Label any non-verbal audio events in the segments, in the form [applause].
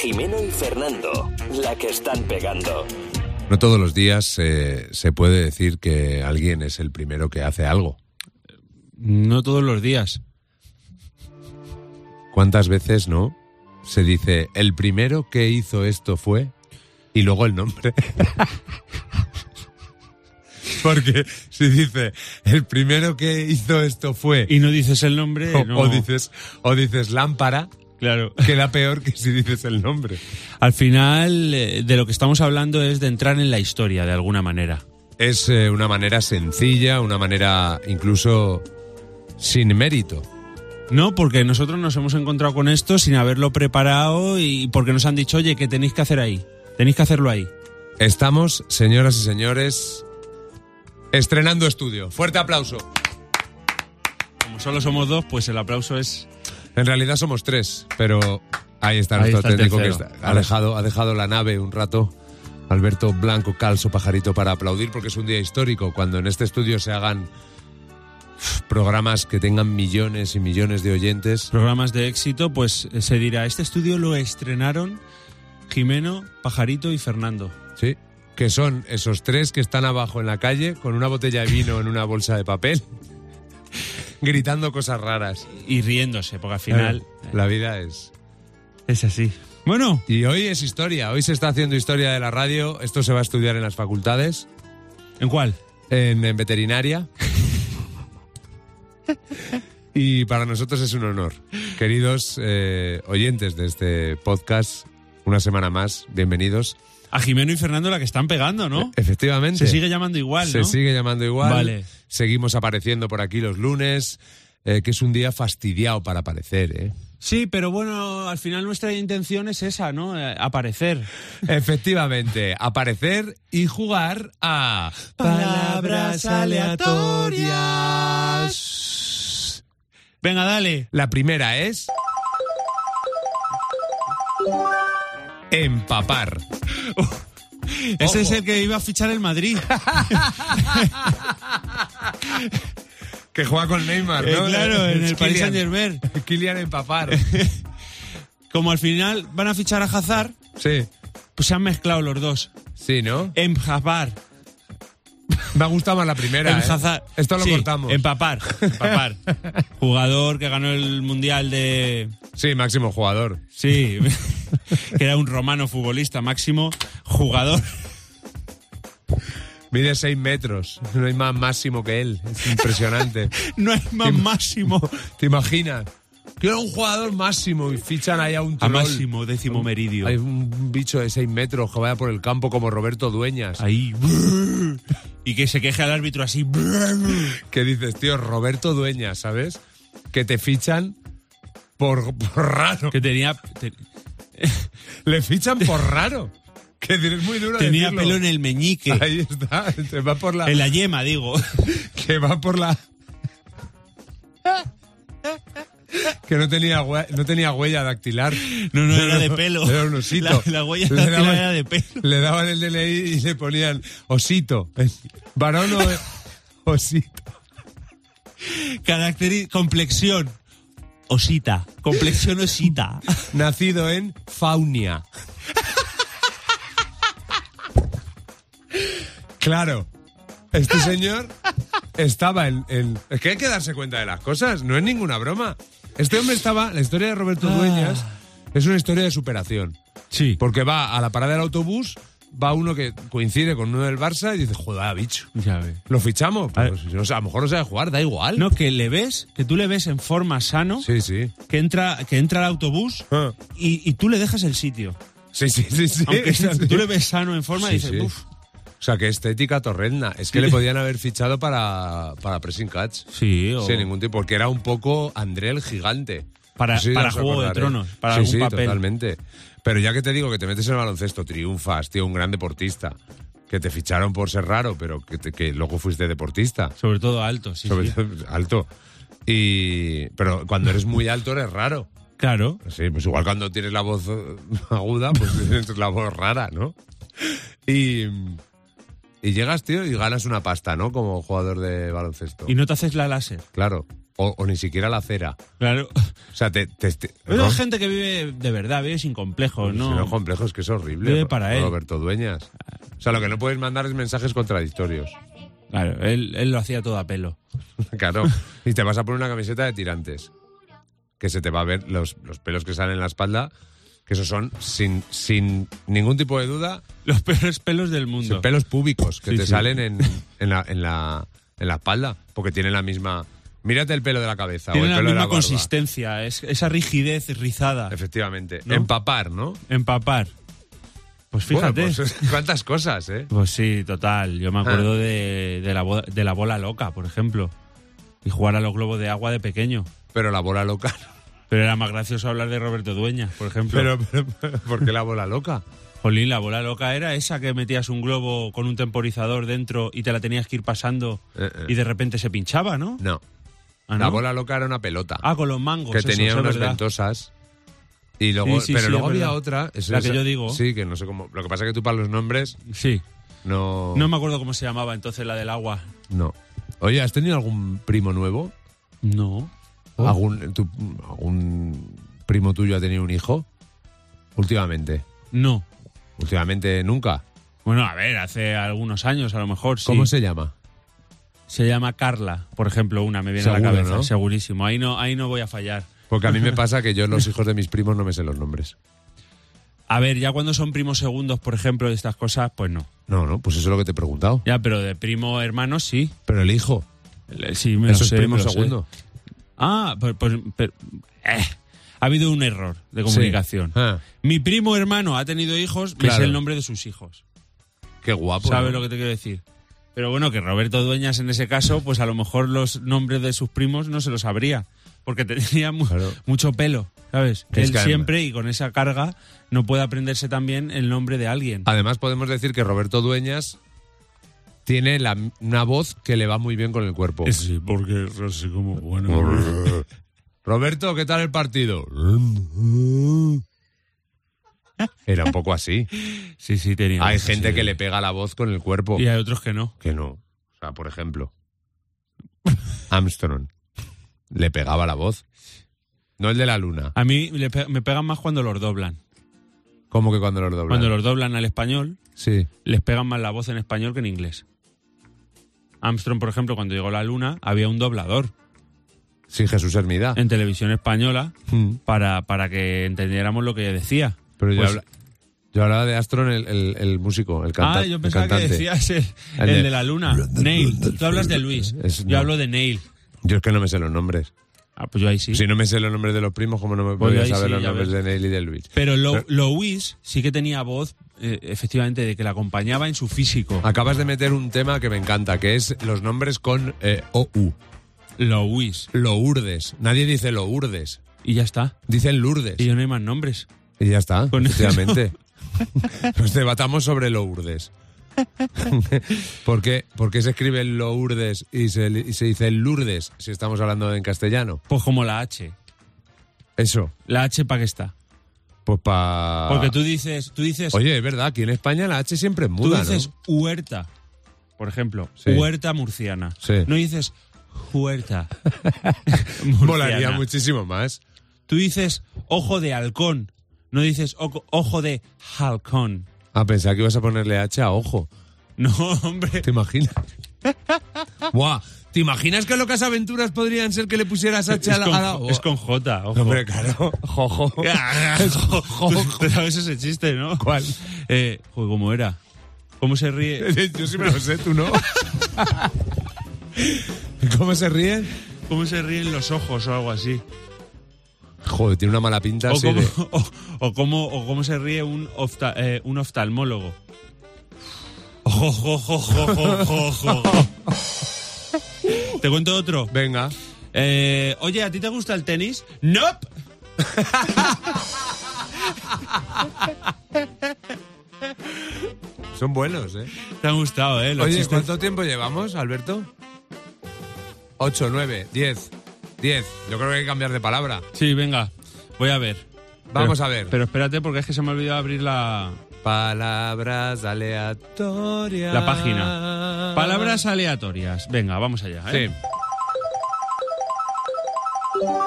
Jimeno y Fernando, la que están pegando. No todos los días eh, se puede decir que alguien es el primero que hace algo. No todos los días. ¿Cuántas veces no? Se dice, el primero que hizo esto fue, y luego el nombre. [laughs] Porque si dice, el primero que hizo esto fue, Y no dices el nombre. o, no. o dices, o dices lámpara, Claro. queda peor que si dices el nombre. Al final, eh, de lo que estamos hablando es de entrar en la historia, de alguna manera. Es eh, una manera sencilla, una manera incluso sin mérito. No, porque nosotros nos hemos encontrado con esto sin haberlo preparado y porque nos han dicho, oye, ¿qué tenéis que hacer ahí? Tenéis que hacerlo ahí. Estamos, señoras y señores, estrenando estudio. Fuerte aplauso. Como solo somos dos, pues el aplauso es... En realidad somos tres, pero ahí está Ahí nuestro está el técnico que tercero. está- ha, dejado, ha dejado la nave un rato. Alberto Blanco Calzo Pajarito para aplaudir porque es un día histórico cuando en este estudio se hagan uf, programas que tengan millones y millones de oyentes. Programas de éxito, pues eh, se dirá, este estudio lo estrenaron Jimeno, Pajarito y Fernando. Sí. Que son esos tres que están abajo en la calle con una botella de vino en una bolsa de papel, [laughs] gritando cosas raras. Y riéndose, porque al final Claro, La vida es. es así. Bueno, Y hoy es historia. Hoy se está haciendo historia de la radio. Esto se va a estudiar en las facultades, ¿en cuál? en, en [laughs] veterinaria. Y para nosotros es un honor. Queridos eh, oyentes de este podcast, una semana más, bienvenidos. A Jimeno y Fernando la que están pegando, ¿no? Efectivamente. Se sigue llamando igual, Se ¿no? sigue llamando igual. Vale. Seguimos apareciendo por aquí los lunes, eh, que es un día fastidiado para aparecer, ¿eh? Sí, pero bueno, al final nuestra intención es esa, ¿no? Eh, aparecer. Efectivamente, aparecer y jugar a Palabras aleatorias. Venga, dale. La primera es empapar. Ese es el que iba a fichar el [laughs] Madrid. Eh, Que juega con Neymar, Eh, claro, en Es el Paris Kylian. Saint Germain. Kylian empapar. Como al final van a fichar a Hazard, [laughs] Sí, pues se han mezclado los dos. sí, ¿no? Empapar. Me ha gustado más la primera. ¿eh? Hazard. Esto lo Sí, cortamos. Empapar. [laughs] Empapar. Jugador que ganó el Mundial de... Sí, máximo jugador. Sí, [laughs] que era un romano futbolista máximo, jugador. [laughs] Mide 6 metros. No hay más máximo que él. Es [laughs] impresionante. No es más máximo. ¿Te imaginas? Quiero un jugador máximo y fichan ahí a un A troll. máximo, décimo meridio. Hay un bicho de 6 metros que vaya por el campo como Roberto Dueñas. Ahí. Y que se queje al árbitro así. Que dices, tío, Roberto Dueñas, ¿sabes? Que te fichan por, por raro. Que tenía, te- Le fichan [laughs] por raro. Que es muy duro tenía decirlo. pelo en el meñique. Ahí está. Te va por la... En la yema, digo. Que va por [laughs] la... Que no tenía, hue- no tenía huella dactilar. No, no, era de pelo. Era un osito. La, la huella Le dactilar daban- era de pelo. Le daban el DNI y le ponían osito. Varón o osito. Caracteri- complexión. Osita. Complexión osita. Nacido en Faunia. Claro. Este señor estaba en, en- Es que hay que darse cuenta de las cosas, no es ninguna broma. Este hombre estaba... La historia de Roberto Dueñas es una historia de superación. Sí. Porque va a la parada del autobús, va uno que coincide con uno del Barça y dice, joder, bicho. Lo fichamos. A ver. Pues, no sé, a lo mejor no sabe jugar, da igual. Ah. No, que le ves, que tú le ves en forma sano, Sí, sí. que entra, que entra al autobús Ah. y, y tú le dejas el sitio. Sí, sí, sí, sí. [laughs] Aunque Sí, sí. tú le ves sano en forma y Sí, dices, sí. "Uf". O sea, que estética torrenda. Es [laughs] que le podían haber fichado para, para Pressing Catch. Sí, o- Sin ningún tipo, porque era un poco André el gigante. Para- No sé si para os Juego de acordaréis. Tronos, para sí, algún sí, papel. totalmente. Pero ya que te digo que te metes en el baloncesto, triunfas, tío, un gran deportista. Que te ficharon por ser raro, pero que, te- que luego fuiste deportista. Sobre todo alto, sí. Sobre sí. todo, alto. Y, pero cuando eres muy alto eres raro. Claro. Sí, pues igual cuando tienes la voz eh, [laughs] aguda, pues tienes la voz rara, ¿no? Y, y llegas, tío, y ganas una pasta, ¿no? Como jugador de baloncesto. Y no te haces la láser. Claro. O, o ni siquiera la acera. Claro. O sea, te... te- te- [laughs] Pero Ro- hay gente que vive de verdad, vive sin complejos, Si no Pues ¿no? es complejo, es que es horrible. Vive Ro- para él. Roberto Dueñas. O sea, lo que no puedes mandar es mensajes contradictorios. [laughs] Claro, él, él lo hacía todo a pelo. Claro. Y te vas a poner una camiseta de tirantes. Que se te va a ver los, los pelos que salen en la espalda. Que esos son, sin, sin ningún tipo de duda, [laughs] Los peores pelos del Sí, mundo. pelos públicos que Sí, te sí. salen [laughs] en, en la, en, la, en la espalda, porque tienen la misma... Mírate el pelo de la cabeza Tiene o el la pelo misma de la barba. consistencia, es- esa rigidez rizada. Efectivamente. ¿No? Empapar, ¿no? Empapar. Pues fíjate. Bueno, pues... Ah. pues, [laughs] cuántas cosas, ¿eh? sí, total. Yo me acuerdo de, de la, bo- de la bola loca, por ejemplo. Y jugar a los globos de agua de pequeño. Pero la bola loca... [laughs] Pero era más gracioso hablar de Roberto Dueñas, por ejemplo. Pero, pero, ¿por qué la bola loca? Jolín, la bola loca era esa que metías un globo con un temporizador dentro y te la tenías que ir pasando Eh, eh. y de repente se pinchaba, ¿no? No. Ah, La ¿no? bola loca era una pelota Ah, con los mangos. que eso, tenía eso es unas verdad. ventosas. Y luego, Sí, sí, pero sí, luego es había verdad. otra. es La que esa- yo digo. Sí, que no sé cómo. Lo que pasa es que tú para los nombres Sí. no. No me acuerdo cómo se llamaba entonces la del agua. no. Oye, ¿has tenido algún primo nuevo? No. Oh. ¿Algún, tu- algún primo tuyo ha tenido un hijo? Últimamente. No. Últimamente nunca. Bueno, a ver, hace algunos años a lo mejor. sí. ¿Cómo se llama? Se llama Carla, por ejemplo, una me viene a Seguro, la cabeza, ¿no? segurísimo. Ahí no, ahí no voy a fallar. Porque a mí [laughs] me pasa que yo los hijos de mis primos no me sé los nombres. A ver, ya cuando son primos segundos, por ejemplo, de estas cosas, pues no. No, no, pues eso es lo que te he preguntado. Ya, pero de primo hermano sí. Pero el hijo, Le- Sí, me lo eso es sé, primo me lo sé. segundo. Ah, pues, pues- pero- eh, ha habido un error de comunicación. Sí. Ah, Mi primo hermano ha tenido hijos, me Claro. sé el nombre de sus hijos. qué guapo. ¿Sabes ¿no? lo que te quiero decir? Pero bueno, que Roberto Dueñas en ese caso, pues a lo mejor los nombres de sus primos no se los sabría, porque [laughs] tenía mu- Claro. mucho pelo, ¿sabes? Es Él que además- siempre y con esa carga no puede aprenderse también el nombre de alguien. Además, podemos decir que Roberto Dueñas tiene la- una voz que le va muy bien con el cuerpo. Sí, porque es así como bueno. [laughs] Roberto, ¿qué tal el partido? Era un poco [laughs] así. Sí, sí, tenía. Hay eso, gente sí. que le pega la voz con el cuerpo. Y hay otros que no. Que no. O sea, por ejemplo, Armstrong le pegaba la voz. No el de la luna. A mí le pe- me pegan más cuando los doblan. Como que cuando los doblan. Cuando los doblan al español, Sí. les pegan más la voz en español que en inglés. Armstrong, por ejemplo, cuando llegó a la luna, había un doblador Sí, Jesús Hermida. en televisión [laughs] española Mm. para, para que entendiéramos lo que decía. Pero yo, Pues- habla- yo hablaba de Armstrong, el, el- el músico, el cantante. ah, yo pensaba que decías el, El el de- de la luna. Neil. Tú hablas de Luis. Es- Yo no. hablo de Neil. Yo es que no me sé los nombres. Ah, pues yo ahí sí. Si no me sé los nombres de los primos, como no me Pues podía ahí saber sí, los ya nombres ves. de Neil y de Luis? Pero lo, Pero- Luis sí que tenía voz, eh, efectivamente, de que la acompañaba en su físico. Acabas de meter un tema que me encanta, que es los nombres con eh, OU. Luis. Lourdes. Nadie dice Lourdes. Y ya está. Dicen Lourdes. Y yo no hay más nombres. Y ya está, Con eso. [laughs] efectivamente. Nos debatamos sobre Lourdes. ¿Por, qué, por qué se escribe Lourdes y se, y se dice Lourdes si estamos hablando en castellano? Pues como la H. Eso, ¿La H para qué está? pues para... Porque tú dices, tú dices, Oye, es verdad, aquí en España la H siempre es tú muda, dices ¿no? huerta, por ejemplo, Sí. huerta murciana. Sí. No dices [laughs] huerta. murciana. Molaría muchísimo más. Tú dices ojo de halcón. No dices oco- ojo de halcón. [laughs] A pensar Ah, que ibas a ponerle H a ojo. No, hombre. ¿Te [laughs] imaginas? Buah, ¿te imaginas que locas aventuras podrían ser que le pusieras H a Es la... con, a la- es con J, ojo. [laughs] Hombre, claro. Jojo. Es [laughs] jo- Tú- tú sabes ese chiste, ¿no? ¿Cuál? Eh, joder, ¿cómo era? ¿Cómo se ríe? [laughs] Yo sí me lo sé, tú no. [laughs] ¿Cómo se ríen? ¿Cómo se ríen los ojos o algo así? Joder, tiene una mala pinta O así cómo, de- [laughs] o- o cómo- o cómo se ríe un, ofta- eh, [laughs] un oftalmólogo. Jo, jo, jo, jo, jo, jo, jo, jo. Te cuento otro. Venga. Eh, Oye, ¿a ti te gusta el tenis? ¡Nope! Son buenos, ¿eh? Te han gustado, ¿eh? Los Oye, chistes. ¿cuánto tiempo llevamos, Alberto? 8, 9, 10. 10. Yo creo que hay que cambiar de palabra. Sí, venga. Voy a ver. Vamos Pero- a ver. Pero espérate porque es que se me ha olvidado abrir la... Palabras aleatorias. La ¿Eh? eh. página. Palabras aleatorias. Venga, vamos allá. Sí. ¿eh?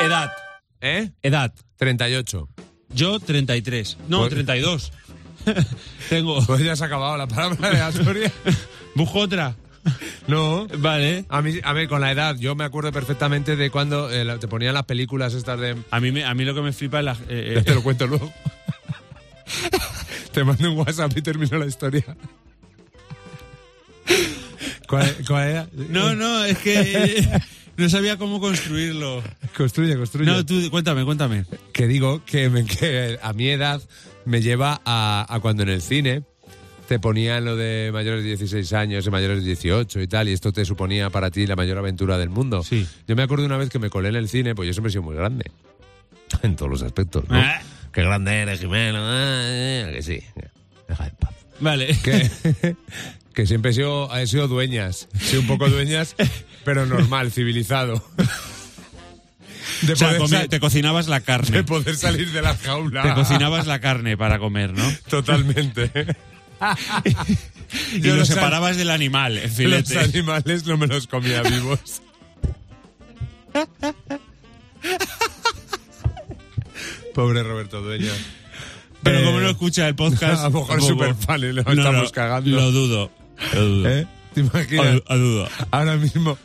Edad, ¿Eh? edad. 38. Yo 33. No, Pues- 32. [laughs] Tengo. Pues ya se ha acabado la palabra de [laughs] Asturias. Busco otra. [laughs] No. Vale. A mí, a ver, con la edad, yo me acuerdo perfectamente de cuando eh, la- te ponían las películas estas de... A mí, me- a mí lo que me flipa es la. eh, Ya eh, te lo cuento luego. [laughs] te mando un WhatsApp y termino la historia. [laughs] ¿Cuál, cuál era? eh, no, no, es [laughs] que eh, no sabía cómo construirlo. Construye, construye. No, tú, cuéntame, cuéntame. que digo que, me- [laughs] que a mi edad me lleva a, a cuando en el cine te ponían lo de mayores de 16 años y mayores de 18 y tal, y esto te suponía para ti la mayor aventura del mundo. Sí. Yo me acuerdo una vez que me colé en el cine, pues yo siempre he sido muy grande. [laughs] En todos los aspectos, ¿no? Ah. Qué grande eres, Jimeno. ah, eh, que sí. Deja en paz. Vale. Que, [laughs] que siempre he sido, he sido dueñas. He sido un poco dueñas, pero normal, civilizado. De O sea, poder comía- sal- te cocinabas la de carne. poder salir de la jaula. Mm. Te cocinabas la carne para comer, [laughs] ¿no? Totalmente. [laughs] Y Yo lo los separabas del animal, en Los filetes. animales no me los comía [laughs] vivos. Pobre Roberto Dueño. Pero Eh, como no escucha el podcast. [laughs] a lo mejor es tampoco- superfan y lo estamos cagando. Lo dudo. Lo dudo. ¿Eh? ¿Te imaginas? A- a dudo. Ahora mismo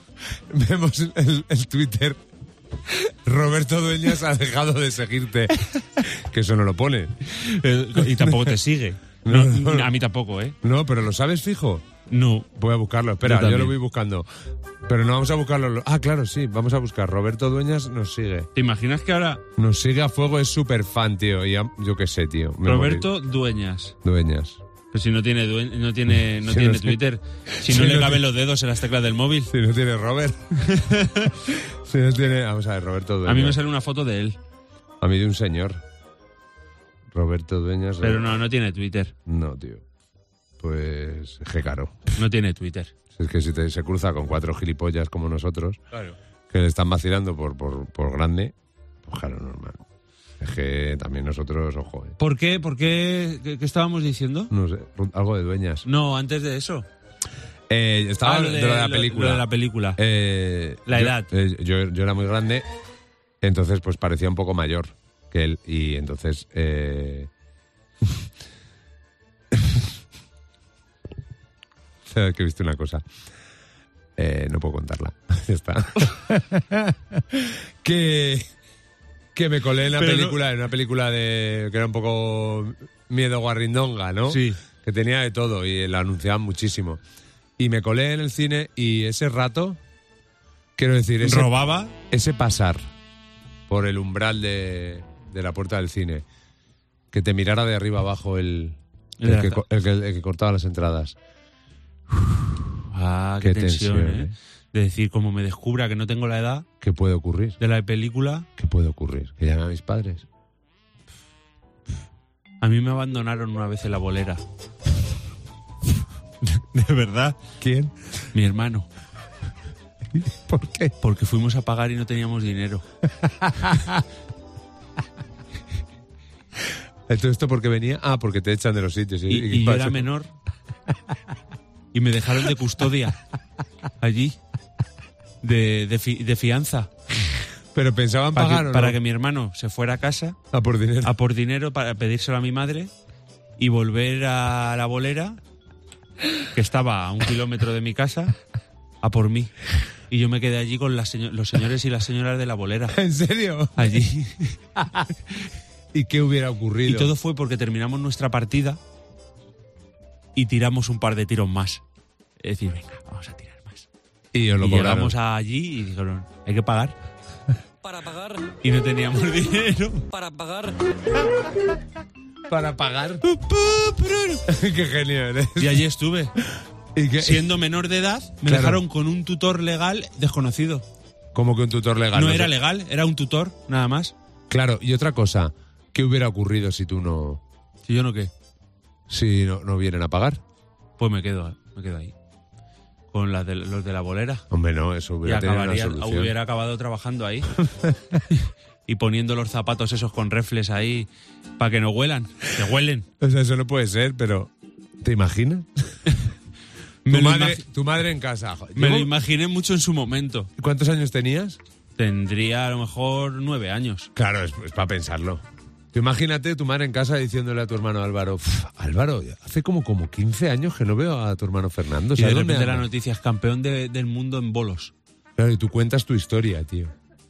vemos el, el Twitter. Roberto Dueñas ha dejado de seguirte. Que eso no lo pone. Eh, Y tampoco te [laughs] sigue. No, No, no. A mí tampoco, ¿eh? No, pero lo sabes fijo. No. Voy a buscarlo, espera, yo, Yo también. lo voy buscando. Pero no vamos a buscarlo. Ah, claro, sí, vamos a buscar. Roberto Dueñas nos sigue. ¿Te imaginas que ahora Nos sigue a fuego, es súper fan, tío. Y am- yo qué sé, tío. me morí. Roberto Dueñas? Dueñas. Pues si no tiene, due- no [laughs] tiene, no Si no tiene sé. Twitter, si Si no no le ti- caben los dedos en las teclas del móvil. Si no tiene Robert. [laughs] si no tiene. Vamos a ver, Roberto Dueñas. A mí me sale una foto de él, A mí de un señor. Roberto Dueñas. eh, pero no, no tiene Twitter. No, tío. Pues. Qué caro. No tiene Twitter. Si Es que si te- se cruza con cuatro gilipollas como nosotros, Claro. que le están vacilando por, por, por grande, pues claro, normal. Es que también nosotros, ojo, eh. ¿Por qué? ¿Por qué? ¿Qué, qué estábamos diciendo? No sé, algo de dueñas. No, antes de eso. Eh, estaba Ah, lo de, lo de la lo- película. lo de la película. Eh, La yo- edad. eh, Yo, yo era muy grande, entonces pues parecía un poco mayor que él. Y entonces... eh, [laughs] Sabes que he visto una cosa. Eh, no puedo contarla. [laughs] Ya [laughs] está. que, que me colé en la Pero no- película, en una película de que era un poco miedo guarrindonga, ¿no? Sí. Que tenía de todo y la anunciaban muchísimo. Y me colé en el cine y ese rato, quiero decir, ese, Robaba. ese pasar por el umbral de, de la puerta del cine, que te mirara de arriba abajo el, El el de que, la- co- el que- el que cortaba las entradas. Ah, qué, Qué tensión, tensión, ¿eh? De decir, como me descubra que no tengo la edad ¿Qué puede ocurrir? de la película, ¿Qué puede ocurrir? Que llame a mis padres. a mí me abandonaron una vez en [laughs] la bolera. de verdad. ¿Quién? Mi hermano. ¿Por qué? Porque fuimos a pagar y no teníamos dinero. ¿Esto, esto porque venía? Ah, porque te echan de los sitios. Y, y yo era menor. Y me dejaron de custodia. Allí. De, de fi- de fianza. Pero pensaban Para, pagar que, o para no? que mi hermano se fuera a casa Ah, por dinero. a por dinero para pedírselo a mi madre y volver a la bolera, que estaba a un kilómetro de mi casa, a por mí. Y yo me quedé allí con las seño- los señores y las señoras de la bolera. [laughs] ¿En serio? Allí. ¿Y qué hubiera ocurrido? Y todo fue porque terminamos nuestra partida y tiramos un par de tiros más. Es decir, venga, vamos a tirar más. Y os lo y cobraron. llegamos allí y dijeron, hay que pagar. Para pagar, Y no teníamos [laughs] dinero. para pagar. Para pagar. [laughs] qué genio eres. Y [laughs] allí estuve. ¿Y qué- Siendo menor de edad, me Claro. dejaron con un tutor legal desconocido. Como que un tutor legal. No sé. era legal, era un tutor, nada más. Claro, y otra cosa. ¿Qué hubiera ocurrido si tú no... Si yo no qué, Si no, no vienen a pagar? pues me quedo, me quedo ahí. Con las de- los de la bolera. Hombre, no, eso Y hubiera tenido una acabaría, solución. hubiera acabado [laughs] trabajando ahí. y poniendo los zapatos esos con refles ahí para que no huelan. Que huelen. O sea, eso no puede ser, pero... ¿Te [laughs] imaginas? Me tu, lo madre, imagi- tu madre en casa. Joder, Me lo ¿llevo- imaginé mucho en su momento. ¿Cuántos años tenías? Tendría a lo mejor nueve años. Claro, es, para pensarlo. Tú imagínate tu madre en casa diciéndole a tu hermano Álvaro, "Uf, Álvaro, hace como, como 15 años que no veo a tu hermano Fernando. y de ¿sabes dónde repente la anda?". noticia es campeón de- del mundo en bolos. Claro, y tú cuentas tu historia, tío.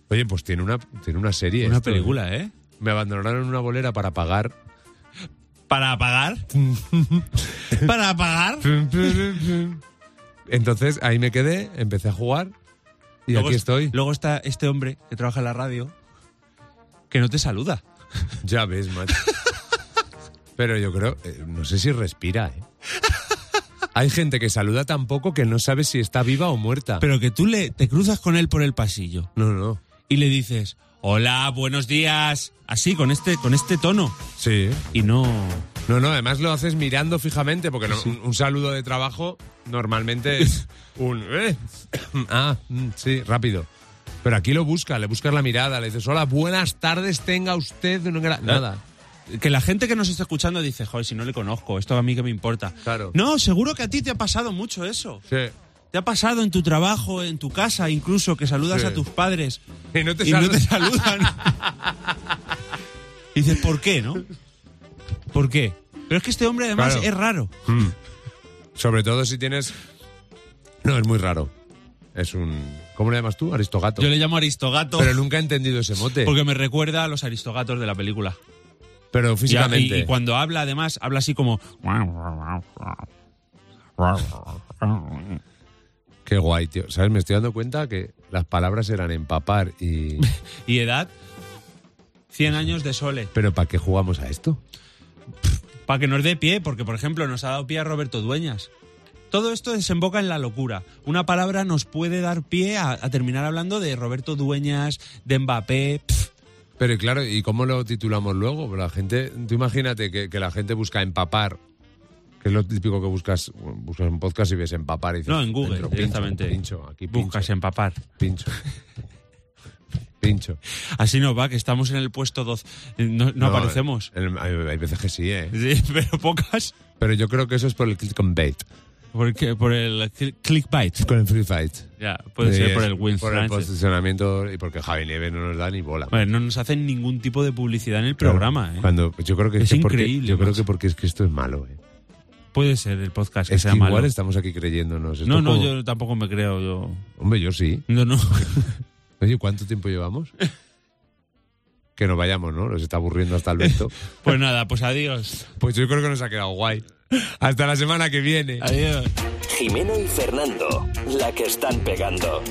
Oye, pues tiene una, tiene una serie. Una esto, ¿eh? película, ¿eh? Me abandonaron en una bolera para pagar. [laughs] ¿Para pagar? ¿Para pagar? Entonces ahí me quedé, empecé a jugar y Luego aquí es- estoy. Luego está este hombre que trabaja en la radio que no te saluda. Ah. Ya ves, macho. Pero yo creo, eh, no sé si respira, ¿eh? Hay gente que saluda tan poco que no sabe si está viva o muerta. Pero que tú le, te cruzas con él por el pasillo No, no. y le dices, hola, buenos días. Así, con este, con este tono. Sí. Y no... No, no, además lo haces mirando fijamente, porque no- un, un saludo de trabajo normalmente [laughs] es un... "Eh". [coughs] Ah, mm, sí, rápido. Pero aquí lo busca, le buscas la mirada, le dices, hola, buenas tardes, tenga usted... un ¿Eh? gra-". Nada. Que la gente que nos está escuchando dice, joder, si no le conozco, esto a mí que me importa. Claro. No, seguro que a ti te ha pasado mucho eso. Sí. ¿Te ha pasado en tu trabajo, en tu casa, incluso que saludas Sí. a tus padres Y no te y no saludas. te saludan? [laughs] y dices, ¿por qué, no? ¿Por qué? Pero es que este hombre además Claro. es raro. Mm. [laughs] Sobre todo si tienes... No, es muy raro. Es un... ¿Cómo le llamas tú? Aristogato. Yo le llamo aristogato Pero nunca he entendido ese mote. porque me recuerda a los aristogatos de la película. Pero Y- físicamente... Y, y cuando habla, además, habla así como. Qué guay, tío. ¿Sabes? Me estoy dando cuenta que las palabras eran empapar [laughs] y... Y edad: 100 años de sole. Pero ¿para qué jugamos a esto? Para que nos dé pie, porque por ejemplo nos ha dado pie a Roberto Dueñas. Todo esto desemboca en la locura. Una palabra nos puede dar pie a, a terminar hablando de Roberto Dueñas, de Mbappé. pf, Pero y claro, ¿y cómo lo titulamos luego? La gente, tú imagínate que, que la gente busca empapar, que es lo típico que buscas, bueno, buscas un podcast y ves empapar y dices, no, en Google, "Dentro, pincho, directamente. Pincho, aquí pincho, Buscas empapar. [laughs] pincho. Pincho. Así nos va, que estamos en el puesto 12. No, no aparecemos. el- hay, hay veces que sí, ¿eh? Sí, [laughs] pero pocas. Pero yo creo que eso es por el clickbait. Porque, por el cl- clickbait. Con el free fight. Ya, puede Sí, ser por es el win Por el posicionamiento y porque Javi Nieves no nos da ni bola. no nos hacen ningún tipo de publicidad en el Claro, programa. ¿eh? Cuando, pues yo creo que Es que porque- increíble, yo creo macho. que porque es que esto es malo, ¿eh? Puede ser el podcast que Es que sea igual malo. estamos aquí creyéndonos. Esto No, no, como- yo tampoco me creo. Yo... Hombre, yo sí. No, no. Oye, ¿cuánto tiempo llevamos? que nos vayamos, ¿no? Nos está aburriendo hasta el vento. [laughs] Pues nada, pues [laughs] adiós. pues yo creo que nos ha quedado guay. Hasta la semana que viene. Adiós. Jimeno y Fernando, la que están pegando.